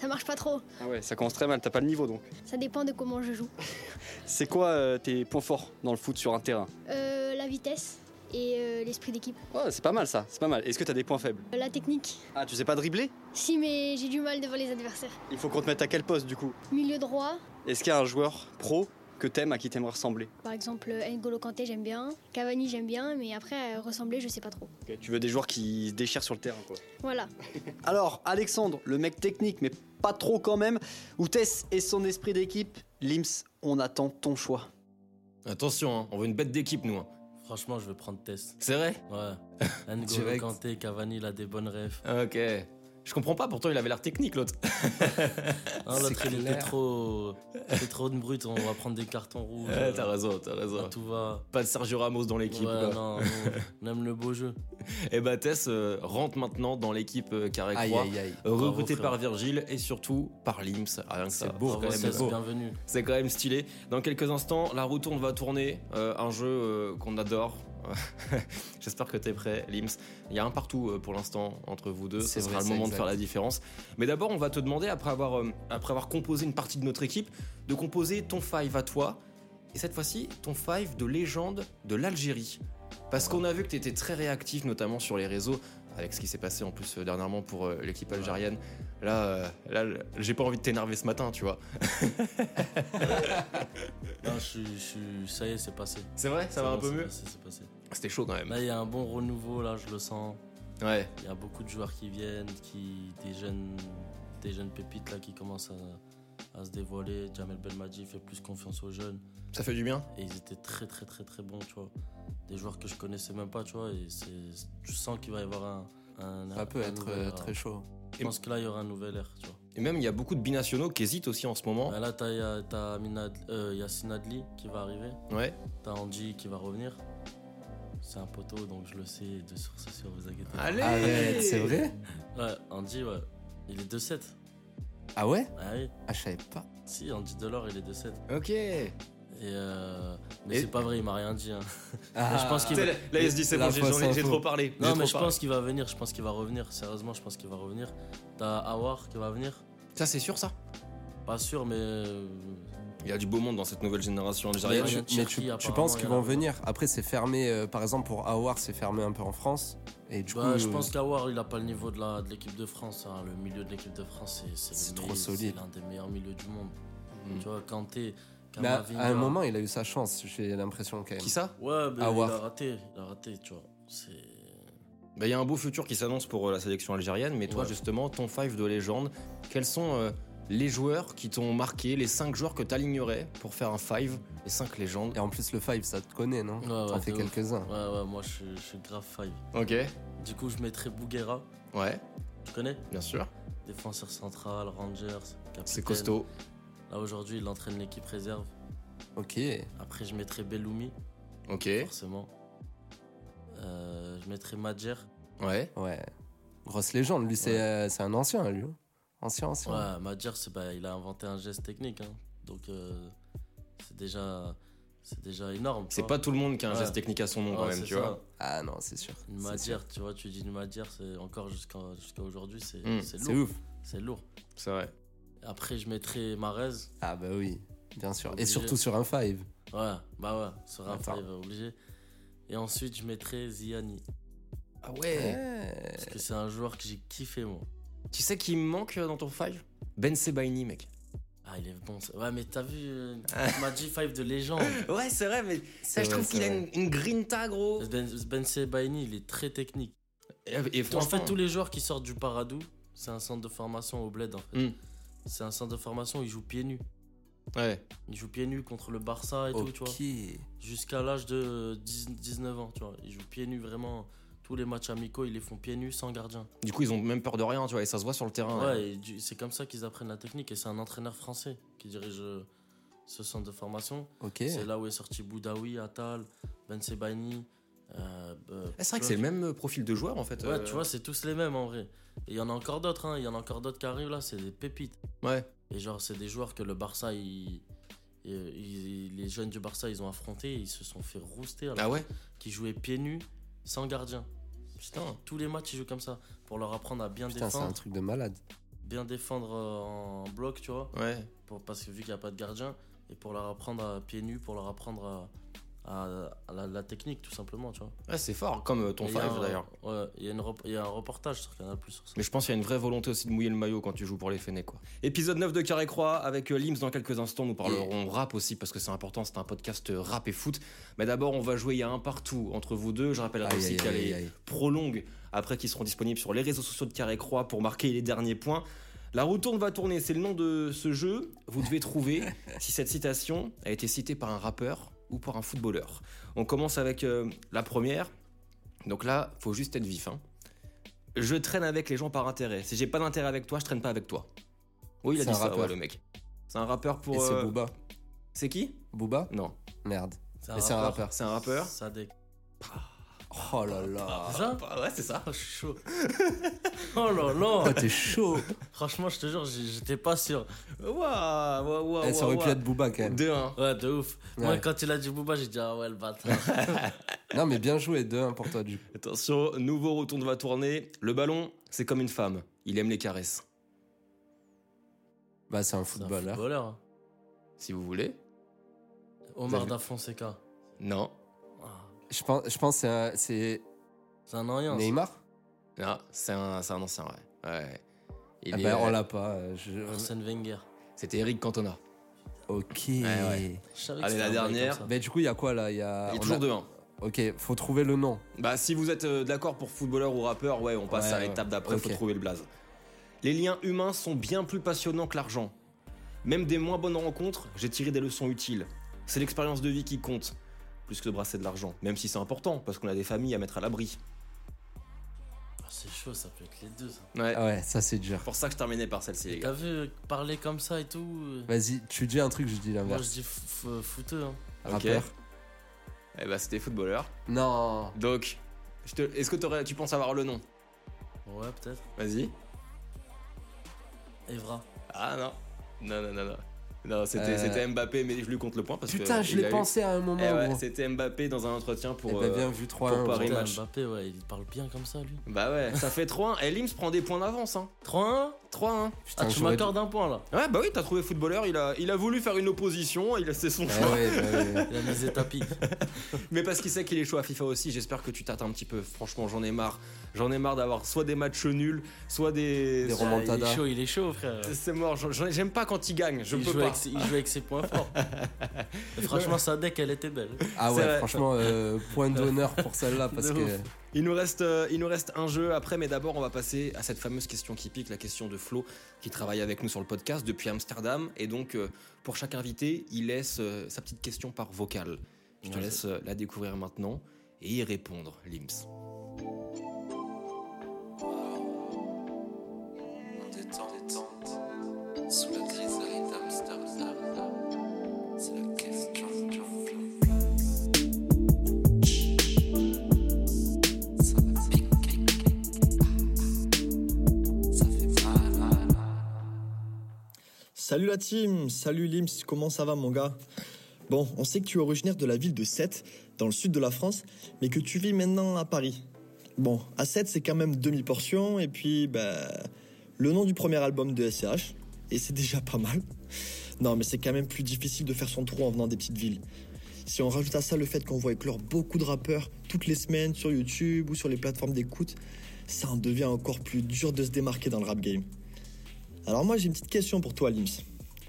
G: ça marche pas trop.
E: Ah ouais, ça commence très mal, t'as pas le niveau donc.
G: Ça dépend de comment je joue.
E: C'est quoi euh, tes points forts dans le foot sur un terrain
G: Euh, la vitesse et euh, l'esprit d'équipe.
E: Ouais, c'est pas mal ça, c'est pas mal. Est-ce que t'as des points faibles
G: Euh, La technique.
E: Ah, tu sais pas dribbler
G: Si, mais j'ai du mal devant les adversaires.
E: Il faut qu'on te mette à quel poste du coup
G: Milieu droit,
E: Est-ce qu'il y a un joueur pro que t'aimes, à qui t'aimerais ressembler
G: par exemple euh, N'Golo Kanté, j'aime bien. Cavani, j'aime bien, mais après, euh, ressembler, je sais pas trop.
E: Tu veux des joueurs qui se déchirent sur le terrain, quoi.
G: Voilà.
E: Alors, Alexandre, le mec technique, mais pas trop quand même, ou Tess et son esprit d'équipe, Lims, on attend ton choix.
B: Attention, hein, on veut une bête d'équipe, nous. hein.
C: Franchement, je vais prendre test.
B: C'est vrai
C: Ouais. N'Golo
A: Direct.
C: Kanté, Cavani, il a des bonnes refs.
B: Ok. Je comprends pas, pourtant il avait l'air technique l'autre.
C: Hein, L'autre,
A: C'est
C: il était
A: clair.
C: trop. C'est trop de brut, on va prendre des cartons rouges.
B: Ouais, t'as raison, t'as raison.
C: Ah, tout va.
B: Pas de Sergio Ramos dans
C: Ouais,
B: l'équipe. quoi.
C: non, non, on aime le beau jeu.
B: Et bah Tess euh, rentre maintenant dans l'équipe euh, Carré
A: Aïe,
B: Croix,
A: aïe, aïe.
B: euh, recrutée
C: Bravo,
B: par Virgile et surtout par Lims. Ah, rien que ça,
C: C'est beau,
B: c'est quand même beau.
C: bienvenue.
B: C'est quand même stylé. Dans quelques instants, la roue tourne va tourner. euh, un jeu euh, qu'on adore. J'espère que t'es prêt, Lims. Il y a un partout euh, pour l'instant entre vous deux. Ce
A: C'est
B: sera
A: vrai,
B: le
A: c'est
B: moment de
A: exact.
B: faire la différence. Mais d'abord, on va te demander, après avoir, euh, après avoir composé une partie de notre équipe, de composer ton five à toi. Et cette fois-ci, ton five de légende de l'Algérie. Parce qu'on a vu que tu étais très réactif, notamment sur les réseaux, avec ce qui s'est passé en plus euh, dernièrement pour euh, l'équipe algérienne. Là, euh, là, le- j'ai pas envie de t'énerver ce matin, tu vois.
C: Non, je suis- je suis- ça y est, c'est passé.
B: C'est vrai, ça va
C: C'est
B: un
C: bon,
B: peu
C: c'est
B: mieux.
C: passé, c'est passé.
B: C'était chaud quand même.
C: Là, il y a un bon renouveau, là, je le sens.
B: Ouais.
C: Il y a beaucoup de joueurs qui viennent, qui, des, jeunes, des jeunes pépites là, qui commencent à, à se dévoiler. Jamel Belmadi fait plus confiance aux jeunes.
B: Ça fait du bien.
C: Et ils étaient très, très, très, très bons, tu vois. Des joueurs que je connaissais même pas, tu vois. Et c'est- tu sens qu'il va y avoir un. un-
A: Ça peut
C: un
A: être
C: nouvel
A: euh,
C: air.
A: très chaud.
C: Je pense que là, il y aura un nouvel air, tu vois.
B: Et même, il y a beaucoup de binationaux qui hésitent aussi en ce moment.
C: Bah, là, t'as y a- t'as Amina- euh, Yassine Adli qui va arriver.
B: Ouais.
C: T'as Andy qui va revenir. C'est un poteau, donc je le sais de source
A: Ah,
C: Ah, sûre, vous inquiétez pas.
B: Allez
A: Arrête, c'est vrai
C: Ouais, Andy, ouais. Il est 2-7.
A: Ah ouais
C: Ah oui.
A: Ah, je savais pas.
C: Si, Andy Delors, il est décédé.
A: Ok.
C: Et euh, mais
A: Et-
C: c'est pas vrai, il m'a rien dit. hein.
A: Ah,
C: je pense qu'il-
B: Là, là, il se dit, c'est
A: La
B: bon, j'ai-
A: fausse
B: j'en ai- j'ai
A: info.
B: trop parlé. j'ai
C: Non, mais
B: trop
C: je
B: parlé.
C: pense qu'il va venir, je pense qu'il va revenir. Sérieusement, je pense qu'il va revenir. T'as Awar qui va venir
B: Ça, c'est sûr, ça.
C: Pas sûr, mais. euh,
B: Il y a du beau monde dans cette nouvelle génération
A: Mais,
C: il y
B: algérienne.
C: a
A: tu,
C: la
A: mais
C: Turquie,
A: tu- tu
C: apparemment,
A: penses
C: il y
A: qu'ils
C: en a
A: vont
C: un peu.
A: venir Après, c'est fermé, euh, par exemple, pour Awar, c'est fermé un peu en France. Et du
C: bah,
A: coup, euh,
C: je pense qu'Awar, il a pas le niveau de la- de l'équipe de, France. hein. Le milieu de l'équipe de France, c'est- c'est le
A: C'est trop
C: meilleur-
A: solide. Hmm.
C: C'est l'un des meilleurs milieux du monde.
B: Mm.
C: Tu vois, Kanté,
A: mais à,
C: Camavinga.
A: à un moment, il a eu sa chance, j'ai l'impression quand même.
B: Qui ça
C: Ouais, mais
A: Aouar.
C: il a raté. Il a raté, tu vois. C'est.
B: Bah, Il y a un beau futur qui s'annonce pour euh, la sélection algérienne, mais toi,
C: Ouais.
B: justement, ton five de légende, quels sont euh, les joueurs qui t'ont marqué, les 5 joueurs que t'alignerais pour faire un five, les 5 légendes
A: Et en plus, le 5, ça te connaît, non
C: Ouais,
A: T'en
C: ouais,
A: fais
C: de ouf.
A: quelques-uns.
C: Ouais, ouais, moi je, suis- je suis grave five.
B: Ok.
C: Du coup, je mettrais Bouguera,
B: Ouais,
C: tu connais
B: bien sûr.
C: Défenseur central, Rangers, capitaine.
B: C'est costaud.
C: Là aujourd'hui, il entraîne l'équipe réserve.
A: Ok.
C: Après, je mettrais Belloumi,
B: Ok.
C: forcément. Euh, je mettrais Madjer.
B: Ouais.
A: Ouais. Grosse légende, lui, c'est euh, c'est un ancien, lui. Ancien,
B: Oh.
A: ancien.
C: Ouais, Madjer, c'est- bah, il a inventé un geste technique. hein. Donc, euh, c'est déjà, c'est déjà énorme. tu
B: C'est
C: vois.
B: pas tout le monde qui a un
C: Ouais.
B: geste technique à son nom, quand
C: Ouais,
B: même,
C: c'est
B: tu
C: ça.
B: vois.
A: Ah non, c'est sûr.
C: Une
A: C'est sûr.
C: Madjer, tu vois, tu dis une Madjer, c'est encore jusqu'à jusqu'à aujourd'hui, c'est
B: Mm.
C: c'est
A: C'est
C: lourd.
A: ouf.
C: C'est lourd.
B: C'est vrai.
C: Après, je mettrais Marez.
A: Ah bah oui, bien sûr. Et
C: Obligé.
A: surtout sur un 5.
C: Ouais, bah ouais, ce rap,
A: Attends.
C: il va obligé. Et ensuite, je mettrais Ziani.
B: Ah ouais.
C: Parce que c'est un joueur que j'ai kiffé, moi.
B: Tu sais qui me manque euh, dans ton five Ben Sebaini, mec.
C: Ah, il est bon. ça. Ouais, mais t'as vu, euh, tu m'as dit 5 de légende.
B: Ouais, c'est vrai, mais ça, je
A: vrai,
B: trouve
A: c'est
B: qu'il a une,
A: vrai.
B: une grinta, gros.
C: Ben, ben Sebaini, il est très technique.
B: Et, Euh, et
C: En
B: franchement,
C: fait, tous les joueurs qui sortent du Paradou, c'est un centre de formation au Bled, en fait.
B: Mm.
C: C'est un centre de formation, ils jouent pieds nus.
B: Ouais.
C: Ils jouent pieds nus contre le Barça et tout, tu vois.
A: Ok.
C: Jusqu'à l'âge de 10 19 ans, tu vois. Ils jouent pieds nus, vraiment. Tous les matchs amicaux, ils les font pieds nus, sans gardien.
B: Du coup, ils ont même peur de rien, tu vois, et ça se voit sur le terrain.
C: Ouais, et du- c'est comme ça qu'ils apprennent la technique. Et c'est un entraîneur français qui dirige euh, ce centre de formation.
A: Ok.
C: C'est là où est sorti Boudaoui, Atal, Ben Sebaini. euh, euh,
B: Ah, c'est vrai que
C: tu
B: c'est le
C: vois.
B: même profil de joueur en fait. euh,
C: Ouais, tu vois, c'est tous les mêmes en vrai. Et il y en a encore d'autres, hein. Il y en a encore d'autres qui arrivent là, c'est des pépites.
B: Ouais.
C: Et genre, c'est des joueurs que le Barça, ils- ils- ils- les jeunes du Barça, ils ont affronté et ils se sont fait rouster alors
B: Ah ouais
C: qu'ils jouaient pieds nus, sans gardien.
B: Putain.
C: Tous les matchs, ils jouent comme ça pour leur apprendre à bien
A: Putain, c'est un
C: défendre,
A: truc de malade.
C: bien défendre euh, en bloc, tu vois.
B: Ouais.
C: pour- parce que vu qu'il n'y a pas de gardien, et pour leur apprendre à pieds nus, pour leur apprendre à, à- à la, la technique, tout simplement, tu vois.
B: Ouais, c'est fort, comme euh, ton
C: Et il y a
B: five
C: un-
B: d'ailleurs.
C: Ouais, il y, a une rep- il y a un reportage sur Canal Plus sur ça.
B: Mais je pense qu'il y a une vraie volonté aussi de mouiller le maillot quand tu joues pour les Fennecs, quoi. Épisode 9 de Carré Croix avec euh, Lims dans quelques instants. Nous parlerons rap aussi parce que c'est important, c'est un podcast euh, rap et foot. Mais d'abord, on va jouer il y a un partout entre vous deux. Je rappellerai
A: Aïe,
B: aussi
A: aïe,
B: qu'il y a
A: aïe,
B: les
A: aïe.
B: prolongues après qui seront disponibles sur les réseaux sociaux de Carré Croix pour marquer les derniers points. La roue tourne va tourner, c'est le nom de ce jeu. Vous devez trouver si cette citation a été citée par un rappeur ou par un footballeur. On commence avec euh, la première. Donc là, faut juste être vif. hein. Je traîne avec les gens par intérêt. Si j'ai pas d'intérêt avec toi, je traîne pas avec toi. Oui, il a
A: C'est
B: dit
A: un
B: ça,
A: rappeur.
B: ouais, le mec. C'est un rappeur pour.
A: Et c'est
B: euh,
A: Booba.
B: C'est qui
A: Booba
B: Non,
A: Merde. Mais c'est un rappeur.
B: c'est un rappeur.
C: Ça dé-
A: Oh là là.
C: C'est ça
B: Ah ouais, c'est ça.
C: Ah, je suis chaud. oh là là
A: Oh, t'es chaud.
C: Franchement, je te jure, j'ai- j'étais pas sûr.
B: Waouh, waouh, waouh.
A: Eh, ça aurait pu être Booba quand même.
B: 2-1.
C: Ouais, de ouf.
A: Ouais.
C: Moi, quand il a dit Booba, j'ai dit ah ouais, le bâtard.
A: Non, mais bien joué, 2-1 pour toi, du coup.
B: Attention, nouveau retour de va tourner. Le ballon, c'est comme une femme. Il aime les caresses.
A: Bah, c'est un
C: C'est un
A: footballeur.
C: footballeur. hein.
B: Si vous voulez.
C: Omar da Fonseca.
B: Non.
C: Ah,
A: Je pense, je pense que c'est un- c'est
C: C'est un rien.
A: Neymar
B: Non, c'est un, c'est un ancien, ouais. Ouais. Il
A: Ah
B: est-
A: bah, on l'a pas. euh, je-
C: Arsène Wenger.
B: C'était Eric Cantona.
A: Ok.
B: ouais.
C: Je savais que
B: Allez,
C: c'était
B: la
C: un mec
B: dernière.
C: comme ça.
A: Mais du coup, il y a quoi là Il y a.
B: Il est
A: Ah, on
B: toujours
A: a-
B: 2-1.
A: Ok, faut trouver le nom.
B: Bah, si vous êtes euh, d'accord pour footballeur ou rappeur, ouais, on passe
A: Ouais,
B: à
A: ouais.
B: l'étape d'après, faut
A: Ok.
B: trouver le blaze. Les liens humains sont bien plus passionnants que l'argent. Même des moins bonnes rencontres, j'ai tiré des leçons utiles. C'est l'expérience de vie qui compte, plus que de brasser de l'argent. Même si c'est important, parce qu'on a des familles à mettre à l'abri.
C: Ah, C'est chaud, ça peut être les deux. ça.
B: Ouais.
A: Ah ouais, ça c'est dur.
B: Pour ça que je terminais par celle-ci, les
C: T'as
B: gars.
C: vu euh, parler comme ça et tout euh,
A: Vas-y, tu dis un truc, je dis
C: Moi je
A: l'inverse.
C: dis f- f- fouteux. hein.
A: Rappeur.
B: Eh bah, c'était footballeur.
A: Non.
B: Donc, je te- est-ce que t'aurais- tu penses avoir le nom
C: Ouais, peut-être.
B: Vas-y.
C: Evra.
B: Ah non. Non, non, non, non. Non, c'était
A: Euh.
B: c'était Mbappé, mais je lui compte le point parce que.
A: Putain, je
B: il a
A: l'ai
B: eu-
A: pensé à un moment.
B: Eh ouais,
A: gros.
B: c'était Mbappé dans un entretien pour.
A: Eh ben,
B: euh,
A: bien vu 3-1.
B: pour
A: gros.
B: Paris.
C: Putain,
B: match.
C: Mbappé, ouais, il parle bien comme ça, lui.
B: Bah ouais, ça fait 3-1. Et Lims prend des points d'avance, hein.
C: 3-1
B: 3-1.
C: Ah,
A: Putain,
C: tu
A: j'aurais dû-
C: m'accordes un point, là.
B: Ouais, bah oui, t'as trouvé footballeur, il a, il a voulu faire une opposition, il a c'est son
A: Eh
B: choix.
A: ouais, bah ouais, ouais.
C: Il a misé tapis.
B: Mais parce qu'il sait qu'il est chaud à FIFA aussi, j'espère que tu tâtes un petit peu. Franchement, j'en ai marre. J'en ai marre d'avoir soit des matchs nuls, soit des.
A: Des
B: soit-
C: Ah, il
A: Remontada.
C: est chaud, il est chaud, frère.
B: C'est mort, j'en- j'en- j'aime pas quand il gagne, je
C: il,
B: peux
C: joue
B: pas.
C: avec, ses- il joue avec ses points forts. Et franchement, sa deck, elle était belle.
A: Ah
B: C'est vrai.
A: ouais, franchement, euh, point d'honneur pour celle-là parce
C: De
A: que.
B: Il nous, reste, euh, il nous reste un jeu après, mais d'abord, on va passer à cette fameuse question qui pique, la question de Flo, qui travaille avec nous sur le podcast depuis Amsterdam. Et donc, euh, pour chaque invité, il laisse euh, sa petite question par vocale. Je te
C: Ouais,
B: laisse euh, la découvrir maintenant et y répondre, Lims.
H: Salut la team, salut Lims, comment ça va mon gars Bon, on sait que tu es originaire de la ville de Sète, dans le sud de la France, mais que tu vis maintenant à Paris. Bon, à Sète, c'est quand même demi-portion, et puis, bah, le nom du premier album de SCH, et c'est déjà pas mal. Non, mais c'est quand même plus difficile de faire son trou en venant des petites villes. Si on rajoute à ça le fait qu'on voit éclore beaucoup de rappeurs toutes les semaines sur YouTube ou sur les plateformes d'écoute, ça en devient encore plus dur de se démarquer dans le rap game. Alors moi j'ai une petite question pour toi Lims.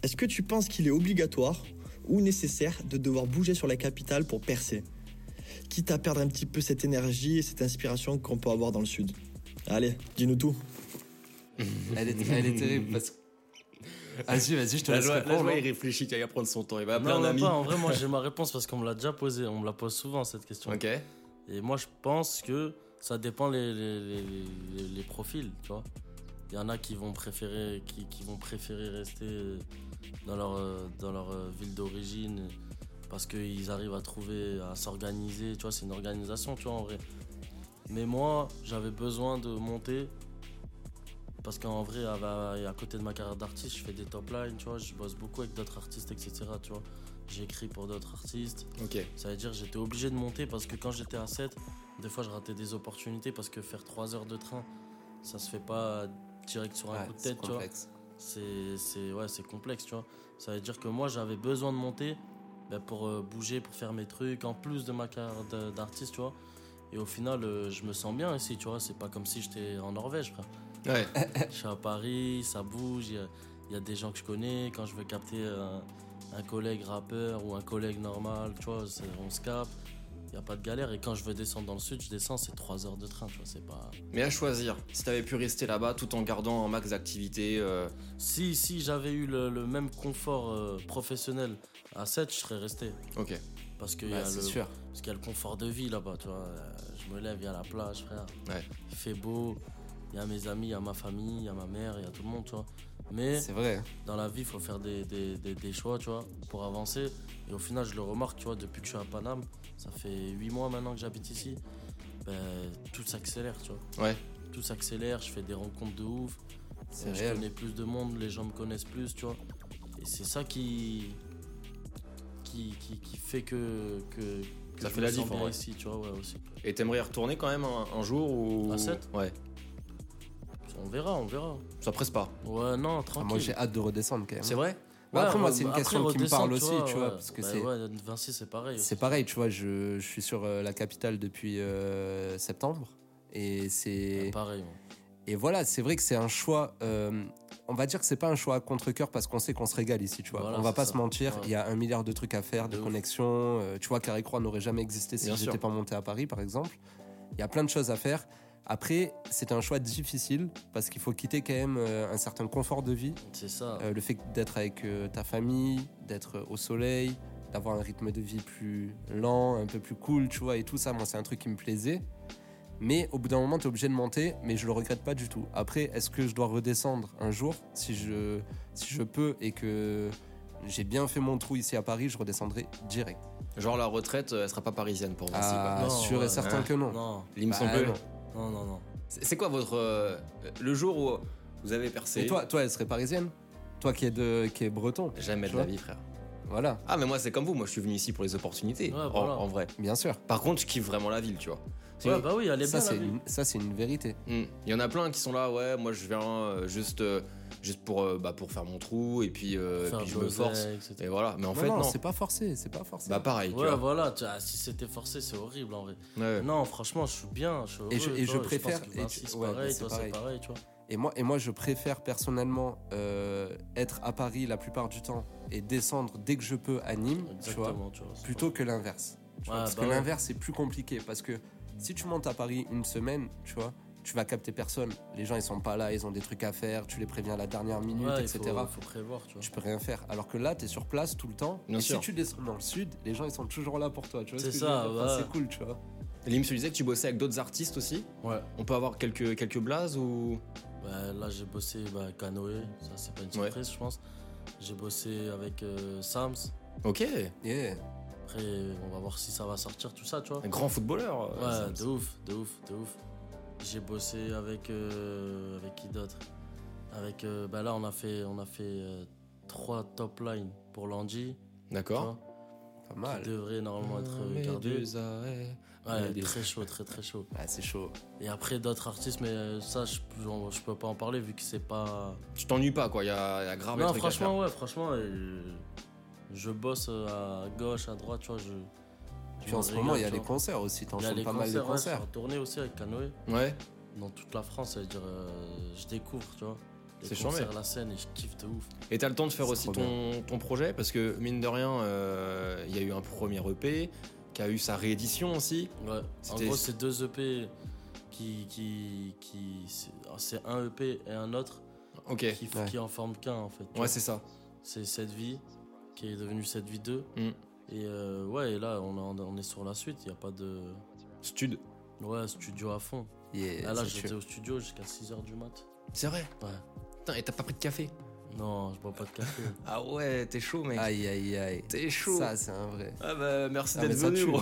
H: Est-ce que tu penses qu'il est obligatoire ou nécessaire de devoir bouger sur la capitale pour percer Quitte à perdre un petit peu cette énergie et cette inspiration qu'on peut avoir dans le sud. Allez, dis-nous tout.
A: Elle est, elle est terrible parce que. Vas-y, vas-y, je te laisse répondre. hein.
B: il réfléchit, il va prendre son temps, il va appeler
C: Non,
B: un
C: même
B: ami.
C: pas. En vrai, moi, j'ai ma réponse parce qu'on me l'a déjà posée. On me la pose souvent, cette question.
B: Ok.
C: Et moi, je pense que ça dépend les, les, les- les- les profils, tu vois. Il y en a qui vont préférer, qui, qui vont préférer rester euh, dans leur, euh, dans leur euh, ville d'origine euh, parce qu'ils arrivent à trouver, à s'organiser. Tu vois, c'est une organisation, tu vois, en vrai. Mais moi, j'avais besoin de monter parce qu'en vrai, à, à- à côté de ma carrière d'artiste, je fais des top lines, tu vois. Je bosse beaucoup avec d'autres artistes, etc. Tu vois, j'écris pour d'autres artistes.
B: Ok.
C: Ça veut dire que j'étais obligé de monter parce que quand j'étais à 7, des fois je ratais des opportunités parce que faire 3 heures de train, ça se fait pas direct sur un
A: Ouais,
C: coup de
A: c'est
C: tête, tu vois.
A: complexe.
C: C'est c'est- ouais, c'est complexe, tu vois. Ça veut dire que moi j'avais besoin de monter ben, pour euh, bouger, pour faire mes trucs, en plus de ma carrière d'a- d'artiste, tu vois. Et au final, euh, je me sens bien ici, tu vois. C'est pas comme si j'étais en Norvège, frère.
B: Ouais.
C: Je suis à Paris, ça bouge, il y a- il y, a des gens que je connais. Quand je veux capter un, un collègue rappeur ou un collègue normal, tu vois, c'est- on se capte. Il n'y a pas de galère. Et quand je veux descendre dans le sud, je descends, c'est 3 heures de train, tu vois, c'est pas...
B: Mais à choisir, si t'avais pu rester là-bas tout en gardant un max d'activité. euh,
C: Si, si j'avais eu le, le même confort euh, professionnel à 7, je serais resté.
B: Ok.
C: Parce qu'il y,
A: Ouais,
C: a
A: Ah, Bah, c'est
C: le-
A: sûr.
C: parce qu'il y a le confort de vie là-bas, tu vois. Euh, Je me lève, il y a la plage, frère.
B: Ouais.
C: Il fait beau, il y a mes amis, il y a ma famille, il y a ma mère, il y a tout le monde, tu vois. Mais...
A: C'est vrai.
C: dans la vie, il faut faire des, des- des- des choix, tu vois, pour avancer. Et au final, je le remarque, tu vois, depuis que je suis à Paname, ça fait 8 mois maintenant que j'habite ici, ben, tout s'accélère, tu vois.
B: Ouais.
C: Tout s'accélère, je fais des rencontres de ouf,
A: C'est
C: euh, je
A: réel.
C: connais plus de monde, les gens me connaissent plus, tu vois. Et c'est ça qui, qui, qui, qui fait que, que, que
B: Ça
C: je
B: fait
C: me
B: la
C: sens
B: diff, en
C: bien
B: vrai.
C: ici, tu vois, ouais, aussi.
B: Et t'aimerais y retourner quand même un, un jour ou.
C: À Sète
B: Ouais.
C: On verra, on verra.
B: Ça presse pas.
C: Ouais, non,
A: Ah,
C: tranquille.
A: moi, j'ai hâte de redescendre quand même.
B: C'est vrai
A: Bah, après,
C: Ouais,
A: moi, c'est une
C: après,
A: question qui me
C: redescendre,
A: parle aussi, tu vois,
C: ouais.
A: parce que
C: Bah
A: c'est.
C: Ouais, Vinci, c'est pareil.
A: C'est pareil, tu vois, je, je suis sur euh, la capitale depuis euh, septembre. Et
C: Ouais,
A: c'est.
C: Ah, Pareil, ouais.
A: Et voilà, c'est vrai que c'est un choix. euh, on va dire que c'est pas un choix à contre-coeur parce qu'on sait qu'on se régale ici, tu vois.
C: Voilà,
A: on va
C: c'est
A: pas
C: ça.
A: se mentir,
C: Ouais.
A: il y a un milliard de trucs à faire,
C: De
A: des
C: ouf.
A: connexions. euh, tu vois, Carré-Croix n'aurait jamais existé si
B: Bien
A: j'étais
B: sûr.
A: pas monté à Paris, par exemple. Il y a plein de choses à faire. Après, c'est un choix difficile parce qu'il faut quitter quand même euh, un certain confort de vie.
C: C'est ça.
A: Euh, le fait d'être avec euh, ta famille, d'être euh, au soleil, d'avoir un rythme de vie plus lent, un peu plus cool, tu vois, et tout ça, moi, c'est un truc qui me plaisait. Mais au bout d'un moment, tu es obligé de monter, mais je le regrette pas du tout. Après, est-ce que je dois redescendre un jour si je, si je peux et que j'ai bien fait mon trou ici à Paris, je redescendrai direct.
B: Genre la retraite, euh, elle sera pas parisienne pour moi. si, quoi.
A: Ah,
C: non,
A: sûr
C: ouais,
A: et certain
B: ouais.
A: que non.
C: Non,
B: Lim
A: Bah,
B: son peu.
A: non.
C: non, non, non.
B: C'est c'est quoi votre. euh, le jour où vous avez percé
A: Et toi, toi, elle serait parisienne Toi qui es, de, qui es breton.
B: Jamais de
A: Tu vois
B: la vie, frère.
A: Voilà,
B: Ah, mais moi, c'est comme vous. Moi, je suis venu ici pour les opportunités.
C: Ouais,
B: en-
C: voilà.
B: en, vrai.
A: bien sûr.
B: Par contre, je kiffe vraiment la ville, tu vois. C'est-
C: Ouais, bah oui, elle est
A: Ça,
C: bien.
A: c'est
C: la vie.
A: une, ça, c'est une vérité.
B: Hmm. Il y en a plein qui sont là, ouais, moi je viens euh, juste, euh, juste pour, euh, bah, pour faire mon trou et puis, euh,
C: Faire
B: puis
C: de
B: je me force.
C: l'oseille, etc.
B: Et voilà, mais en
A: non,
B: fait,
A: non,
B: non.
A: c'est pas forcé, c'est pas forcé.
B: Bah pareil, tu
C: Ouais,
B: vois.
C: voilà, tu- ah, si c'était forcé, c'est horrible en vrai.
B: Ouais.
C: Non, franchement, je suis bien, je suis heureux.
A: Et je- et
C: toi,
A: je
C: pense
A: préfère-
C: que
A: et tu-
C: Vinci, c'est
A: ouais, bah,
C: pareil,
A: c'est
C: toi, c'est
A: pareil.
C: pareil, tu vois.
A: Et moi, et moi, je préfère personnellement euh, être à Paris la plupart du temps et descendre dès que je peux à Nîmes, tu vois,
C: Exactement, tu vois. c'est
A: plutôt que l'inverse. Tu vois,
C: Ouais,
A: parce
C: bah
A: que
C: ouais.
A: l'inverse, c'est plus compliqué. Parce que si tu montes à Paris une semaine, tu vois, tu vas capter personne. Les gens, ils sont pas là, ils ont des trucs à faire, tu les préviens à la dernière
C: pas-
A: minute,
C: Ouais, il
A: etc.
C: faut, faut prévoir, tu vois.
A: Tu peux rien faire. Alors que là, t'es sur place tout le temps.
B: Bien
A: et
B: sûr.
A: si tu descends dans le sud, les gens, ils sont toujours là pour toi. Tu vois ce
C: C'est
A: que je veux
C: ça,
A: dire Enfin,
C: ouais.
A: C'est cool, tu vois.
B: Lim, tu disais que tu bossais avec d'autres artistes aussi.
C: Ouais.
B: On peut avoir quelques, quelques blazes ou.
C: Bah, là, j'ai bossé bah, Canoë, ça c'est pas une
B: Ouais.
C: surprise, je pense. J'ai bossé avec euh, Sams.
B: Ok,
A: Yeah.
C: Après, on va voir si ça va sortir, tout ça, tu vois.
B: un grand footballeur. euh,
C: Ouais,
B: ça-
C: de ouf, de ouf, de ouf. J'ai bossé avec euh, avec qui d'autre Avec euh, bah là on a fait on a fait euh, trois top lines pour Landy, tu
B: D'accord.
C: vois,
A: Pas
C: qui
A: mal.
C: devrait normalement être
B: Ah,
C: euh, gardé. Ouais, très chaud, très très chaud.
A: Ah, c'est chaud.
C: Et après d'autres artistes, mais euh, ça je, j'en- je peux pas en parler vu que c'est pas.
B: Tu t'ennuies pas, quoi. Il y, a y a
A: Ah,
B: grave des
C: non,
B: trucs à
C: franchement ouais, franchement euh, je bosse euh, à gauche, à droite, tu vois. Je, je
A: Puis en
C: me
A: ce
C: régale,
A: moment, il y
C: tu
A: a les
C: vois.
A: concerts aussi.
C: Il y a
A: T'enchaînes
C: les
A: pas mal de
C: concerts, ouais, je suis
A: concerts.
C: en tournée aussi avec Canoë.
B: faire. Ouais.
C: dans toute la France, c'est-à-dire euh, je découvre, tu vois. Les
B: C'est
C: concerts,
B: charmé.
C: la scène et je kiffe de ouf.
B: Et t'as le temps de faire
A: C'est
B: aussi
A: trop
B: ton, ton projet parce que mine de rien, euh, il y a eu un premier EP qui a eu sa réédition aussi.
C: Ouais. En
B: C'était-
C: gros, c'est deux EP qui. qui, qui c'est- ah, c'est un EP et un autre
B: Ok.
C: qui, f-
A: Ouais.
C: qui en forment qu'un, en fait. tu vois.
B: Ouais, c'est ça.
C: c'est Cette vie qui est devenue Cette vie 2.
B: Mm.
C: Et euh, ouais, et là, on, a- on est sur la suite, il n'y a pas de.
B: Stud.
C: Ouais, studio à fond.
A: Yeah,
C: Ah, là,
A: c'est
C: j'étais
A: chaud.
C: au studio jusqu'à 6h du mat.
B: C'est vrai.
C: Ouais.
B: Putain, et t'as pas pris de café
C: Non, je bois pas de café.
B: Ah ouais, t'es chaud, mec.
A: Aïe, aïe, aïe.
B: T'es chaud.
A: Ça, c'est un vrai.
B: Ah bah merci
A: Ah,
B: d'être
A: mais ça
B: venu,
A: tue.
B: gros.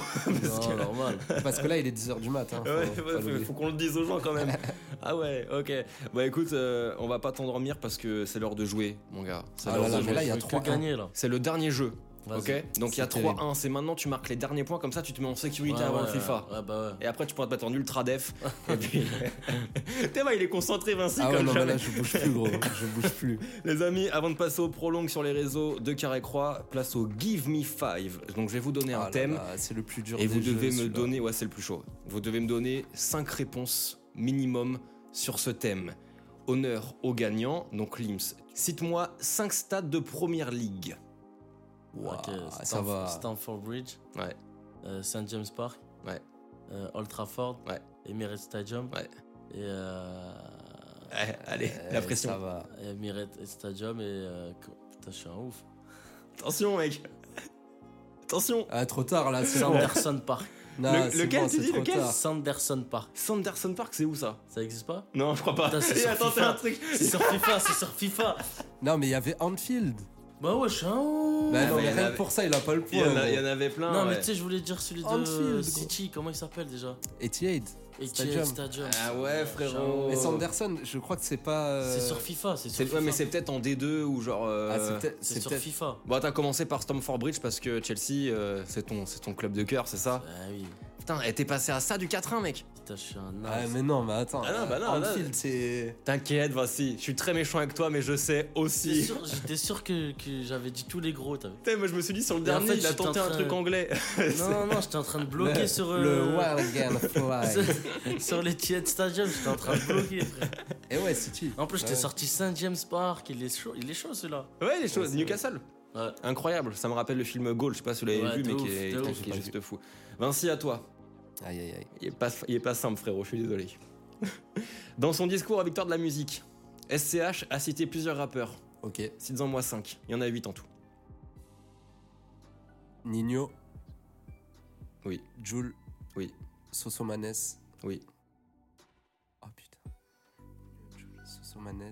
C: non, normal.
A: Parce que là, il est 10h du matin. Ah, Faut,
B: Ouais,
A: faut
B: ouais, faut,
A: l'oublier.
B: faut qu'on le dise aux gens quand même. ah ouais, ok. Bah écoute, euh, on va pas t'endormir parce que c'est l'heure de jouer, mon gars. C'est
A: Ah
B: l'heure
A: là
B: de
A: là,
B: jouer.
A: mais là, il y a
C: Je veux que
A: 3-1.
C: gagner, là.
B: C'est le dernier jeu,
C: Vas-y.
B: ok Donc il y a
A: C'est terrible.
B: 3-1, c'est maintenant tu marques les derniers points, comme ça tu te mets en sécurité
C: Ouais,
B: avant le
C: ouais,
B: FIFA.
C: Ouais, bah ouais.
B: Et après, tu pourras te battre en ultra def. Et puis. T'es vrai, il est concentré, Vinci,
A: Ah ouais,
B: comme
A: non, mais
B: jamais.
A: là, je bouge plus, gros. Je bouge plus.
B: Les amis, avant de passer au prolong sur les réseaux de Carré-Croix, place au Give Me Five. Donc, je vais vous donner
A: Ah
B: un
A: là
B: thème.
A: là, C'est le plus dur.
B: et
A: des
B: vous
A: jeux,
B: devez me
A: celui-là.
B: donner. Ouais, c'est le plus chaud. Vous devez me donner 5 réponses minimum sur ce thème. Honneur au gagnant, donc l'IMS. Cite-moi 5 stades de première ligue.
A: Ouah,
C: Ok,
A: ça
C: Stamf-
A: va.
C: Stamford Bridge.
B: Ouais.
C: Euh, St. James Park.
B: Ouais.
C: Euh, Old Trafford.
B: Ouais.
C: Emirates Stadium.
B: Ouais.
C: Et. Euh,
B: Ouais, allez,
A: Eh,
B: la
A: Ça
B: pression.
A: va.
C: Emirates Stadium et. euh, co- putain, je suis un ouf.
B: Attention, mec. Attention.
A: Ah, trop tard, là. C'est bon.
C: Sanderson Park.
A: Non,
B: Le-
A: c'est
B: lequel,
A: bon,
B: tu
A: c'est
B: dis,
A: trop
B: lequel
A: tard.
C: Sanderson Park.
B: Sanderson Park, c'est où ça
C: Ça existe pas
B: Non, je crois pas.
C: Putain, c'est
B: Eh,
C: sur
B: attends,
C: FIFA.
B: t'as un truc.
C: C'est sur FIFA, c'est sur FIFA.
A: Non, mais il y avait Anfield.
C: Bah ouais, je suis un ouf.
A: Bah
B: mais il
A: non, mais
B: y en
A: rien
B: avait-
A: que pour ça, il a pas le
B: Il y, en
A: point.
B: a- il y en
A: gros.
B: avait plein.
C: non,
B: ouais.
C: mais tu sais, je voulais dire celui de
A: Anfield, gros.
C: City, comment il s'appelle déjà
A: 88.
C: Et
A: Stadium.
C: Stadium.
B: Ah ouais, frérot.
A: Mais Sanderson, je crois que c'est pas. euh,
C: C'est sur FIFA, c'est sur
B: C'est-
C: FIFA.
B: ouais, mais c'est peut-être en D2 ou genre. euh,
A: Ah, c'est peut-être.
C: C'est
A: C'est
C: sur
A: peut-être.
C: FIFA.
B: Bon, t'as commencé par Stamford Bridge parce que Chelsea, euh, c'est ton, c'est ton club de cœur, c'est ça
C: Ah oui.
B: Putain, et t'es passé à ça du 4-1, mec
C: Putain, je suis un
A: Ah,
C: as.
A: mais non, mais attends.
B: Ah non, bah non,
A: Anfield,
B: non.
A: c'est.
B: T'inquiète, Vinci, je suis très méchant avec toi, mais je sais
C: J'étais
B: aussi.
C: sûr, j'étais sûr que, que j'avais dit tous les gros, t'as vu.
B: Putain, moi je me suis dit sur le
C: Mais en
B: dernier,
C: fait,
B: il a
C: j'étais en
B: tenté un
C: train-
B: truc anglais.
C: Non, non, non, j'étais en train de bloquer
A: le,
C: sur,
A: Le
C: euh,
A: Wild Game Fly.
C: sur, sur les Tiet Stadium, j'étais en train de bloquer, frère.
A: Et ouais, City. Ah
C: En plus, j'étais
A: Ouais.
C: sorti Saint James Park, il est chaud, il est chaud celui-là.
B: ouais, les
C: Ouais,
B: choses,
C: c'est
B: Newcastle.
C: Ouais.
B: Incroyable, ça me rappelle le film Goal, je sais pas si vous l'avez
C: Ouais,
B: vu,
C: de
B: mais
C: ouf,
B: qui est,
C: de
B: qui est-
C: ouf.
B: qui est juste fou. Vinci, à toi.
A: Aïe, aïe, aïe.
B: Il est pas, il est pas simple, frérot, je suis désolé. Dans son discours à Victoire de la musique, SCH a cité plusieurs rappeurs.
A: Ok.
B: Cites-en moi 5. Il y en a 8 en tout.
A: Nino.
B: Oui.
A: Jules.
B: Oui.
A: Sosomanes.
B: Oui. Ah,
A: Oh putain. Jules, Sosomanes.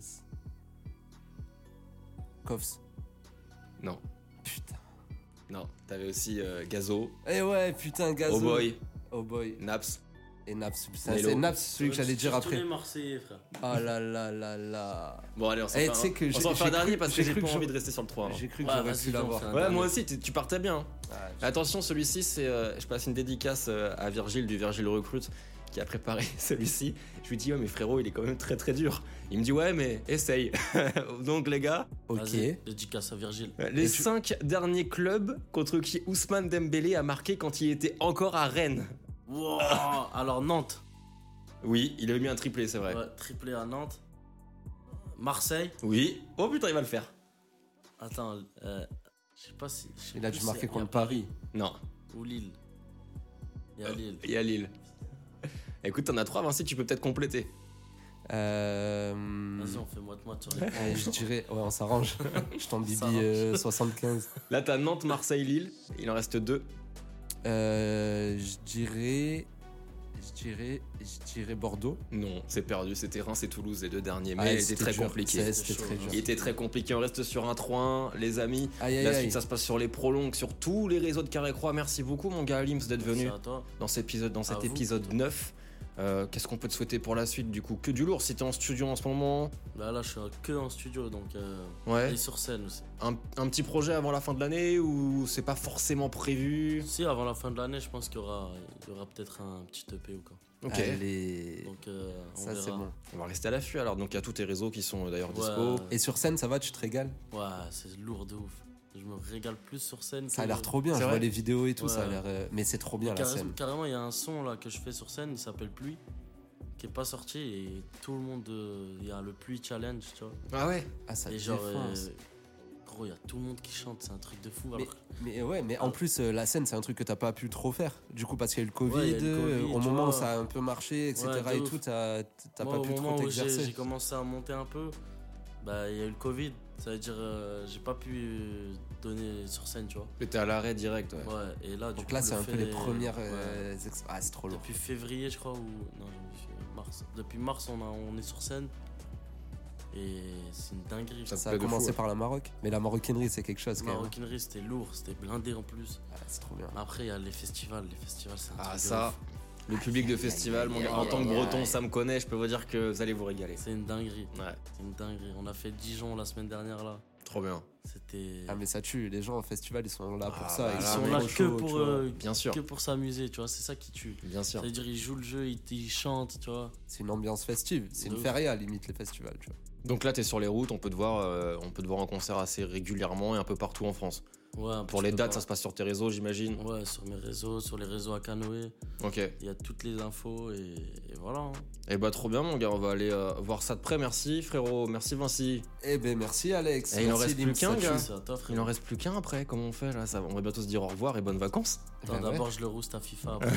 A: Kofs.
B: Non.
A: Putain.
B: Non. T'avais aussi euh, Gazo,
A: Eh ouais, putain, Gazo.
B: Oh Boy,
A: Oh boy.
B: Naps.
A: Et Naps, ça,
B: Melo.
A: c'est Naps celui que
C: Tu
A: j'allais
C: tires
A: dire
C: Tous
A: après.
C: les Marseillais, frère.
A: Ah là là là là.
B: Bon, allez, on s'en
A: Eh,
B: fait
A: tu sais que
B: un- on
A: j'ai-
B: s'en fait
A: j'ai
B: un dernier
A: cru-
B: parce que
A: j'ai
B: j'ai
A: cru
B: pas
A: que
B: envie
A: je-
B: de rester sur le 3. hein.
A: J'ai cru que
C: Ouais,
A: j'aurais
C: vas-y,
A: pu
C: viens, on
A: l'avoir.
C: fait un
B: Ouais,
C: dernier.
B: moi aussi, tu, tu partais bien. hein.
A: Ah,
B: Attention, celui-ci, c'est. euh, je passe une dédicace euh, à Virgile du Virgile Recruit qui a préparé celui-ci. Je lui dis, ouais, mais frérot, il est quand même très très dur. Il me dit, ouais, mais essaye. Donc, les gars,
A: Ok.
C: Vas-y, Dédicace à Virgile.
B: les
A: Et tu-
B: 5 derniers clubs contre qui Ousmane Dembélé a marqué quand il était encore à Rennes.
C: Wow, alors Nantes.
B: Oui, il avait mis un triplé, c'est vrai.
C: Ouais, triplé à Nantes. Marseille.
B: Oui. Oh putain, il va le faire.
C: Attends, euh, je sais pas si. je sais
A: Il a
C: plus
A: dû
C: si-
A: marquer
C: il y a
A: contre Paris.
B: Non,
C: Ou Lille. Il y a Lille.
B: il y a Lille. Écoute, t'en as 3, Vinci, tu peux peut-être compléter.
A: Euh,
C: Vas-y, on fait moite-moite sur les points.
A: euh, je dirais. Ouais, on s'arrange. je t'en bibi
C: s'arrange.
A: euh, 75.
B: Là, t'as Nantes, Marseille, Lille. Il en reste 2.
A: Euh, je dirais. Je dirais. Je dirais Bordeaux.
B: Non, c'est perdu. C'était Reims et Toulouse, les deux derniers. Mais
A: Ah,
B: c'était très
A: dur.
B: compliqué.
A: C'est- C'était
C: C'était
A: très
C: chaud,
A: dur.
B: Il était très compliqué. On reste sur un 3-1, les amis.
A: Aïe aïe
B: La suite,
A: aïe.
B: ça se passe sur les prolongs, sur tous les réseaux de Carré-Croix. Merci beaucoup, mon gars Lims, d'être
C: Merci
B: venu
C: à toi.
B: dans cet épisode, dans
C: À
B: cet
C: vous,
B: épisode
C: plutôt.
B: 9. Euh, Qu'est-ce qu'on peut te souhaiter pour la suite du coup Que du lourd si t'es en studio en ce moment
C: Bah Là, là, je suis que en studio, donc. Euh,
B: Ouais.
C: Et sur scène aussi.
B: Un, un petit projet avant la fin de l'année ou c'est pas forcément prévu
C: Si, avant la fin de l'année, je pense qu'il y aura, il y aura peut-être un petit EP ou quoi.
B: Ok.
A: Allez.
C: Donc, euh, on
A: Ça,
C: verra.
A: c'est bon. Oh.
B: On va rester à l'affût alors. Donc il y a tous tes réseaux qui sont euh, d'ailleurs dispo.
C: Ouais,
A: Et sur scène, ça va, tu te régales
C: ouais, c'est lourd de ouf. Je me régale plus sur scène.
A: Ça a
C: que-
A: l'air trop bien.
B: C'est
A: Je vois
B: vrai
A: les vidéos et tout. Ça a
C: Ouais.
A: l'air. euh, Mais c'est trop bien la
C: Carrément-
A: scène.
C: Carrément, il y a un son là que je fais sur scène, il s'appelle Pluie, qui est pas sorti et tout le monde, euh, il y a le Pluie Challenge, tu vois.
B: Ah ouais
A: Ah, ça
C: et genre,
A: défonce.
C: euh, gros, il y a tout le monde qui chante, c'est un truc de fou.
A: Mais,
C: alors que-
A: mais ouais, mais en plus, euh, la scène, c'est un truc que t'as pas pu trop faire. Du coup, parce qu'il y a eu le Covid,
C: Ouais, il y a eu le
A: euh,
C: Covid,
A: au
C: tu
A: moment où
C: vois.
A: ça a un peu marché, etc.
C: Ouais, de
A: et
C: ouf.
A: tout, t'as t'as
C: moi,
A: pas
C: au
A: pu trop
C: moment où j'ai j'ai
A: t'exercer.
C: commencé à monter un peu, bah il y a eu le Covid, ça veut dire euh, j'ai pas pu euh, donner sur scène, tu vois.
B: T'es à l'arrêt direct. ouais.
C: Ouais, et là, du
A: Donc
C: coup,
A: là,
C: le
A: c'est un peu
C: fait-
A: les premières.
C: ouais.
A: euh, ex- Ah, c'est trop lourd.
C: Depuis février, je crois, ou. Non, depuis mars. Depuis mars, on, a- on est sur scène. Et c'est une dinguerie.
B: Ça
A: Ça
B: plaît
A: a
B: de fou,
A: commencé
B: ouais.
A: par la Maroc. Mais la maroquinerie, c'est quelque chose quand même.
C: Maroquinerie, c'était lourd, c'était blindé en plus.
A: Ah, c'est trop bien.
C: Après, il y a les festivals. Les festivals, c'est un
B: Ah
C: truc de
B: ça,
C: ouf.
B: le public de festival, mon gars, en tant que breton, ça me connaît, je peux vous dire que vous allez vous régaler.
C: C'est une dinguerie.
B: Ouais,
C: C'est une dinguerie. On a fait Dijon la semaine dernière, là.
B: trop bien.
C: C'était.
A: Ah, mais ça tue. Les gens au festival, ils sont là pour
B: Ah,
A: ça.
B: bah
C: Ils
B: là,
C: sont
B: mais
C: là
B: trop
C: que pour, euh,
B: Bien sûr,
C: que pour s'amuser, tu vois. C'est ça qui tue.
B: bien sûr.
C: C'est-à-dire, ils jouent le jeu, ils, ils chantent, tu vois.
A: C'est une ambiance festive. C'est
C: De
A: une
C: ouf.
A: feria, limite, les festivals. Tu vois.
B: Donc là, t'es sur les routes, on peut te voir, euh, on peut te voir en concert assez régulièrement et un peu partout en France.
C: Ouais, un
B: Pour
C: petit
B: les
C: peu
B: dates,
C: pas-
B: ça se passe sur tes réseaux, j'imagine.
C: Ouais, sur mes réseaux, sur les réseaux à canoë.
B: Ok.
C: Il y a toutes les infos et, et voilà. hein.
B: Et bah trop bien, mon gars, on va aller euh, voir ça de près. Merci, frérot. Merci, Vinci.
A: Eh ben, merci, Alex.
B: Et il en
A: Merci, hein.
B: reste plus
A: Lim, ça
B: qu'un,
A: tue.
B: gars.
C: C'est à toi, frère.
B: Il en reste plus qu'un après. Comment on fait là Ça- On va bientôt se dire au revoir et bonnes vacances.
A: Ben
C: Attends,
A: ouais.
C: d'abord, je le rouste à FIFA. après.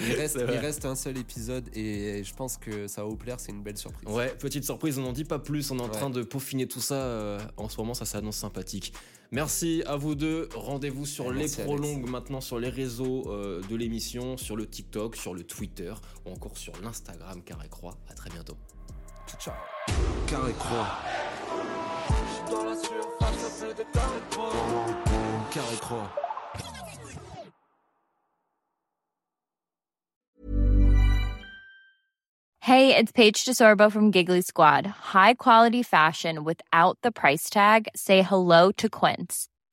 A: Il reste,
B: C'est vrai.
A: il reste un seul épisode et je pense que ça va vous plaire, c'est une belle surprise.
B: Ouais, petite surprise, on n'en dit pas plus, on est en
A: Ouais.
B: train de peaufiner tout ça. euh, en ce moment, ça s'annonce sympathique. Merci à vous deux. Rendez-vous sur
A: Merci,
B: les
A: Alex.
B: prolongues maintenant, sur les réseaux euh, de l'émission, sur le TikTok, sur le Twitter ou encore sur l'Instagram Carré Croix. À très bientôt.
A: Ciao.
D: Carré Croix. Carré Croix.
I: Hey, it's Paige DeSorbo from Giggly Squad. High quality fashion without the price tag. Say hello to Quince.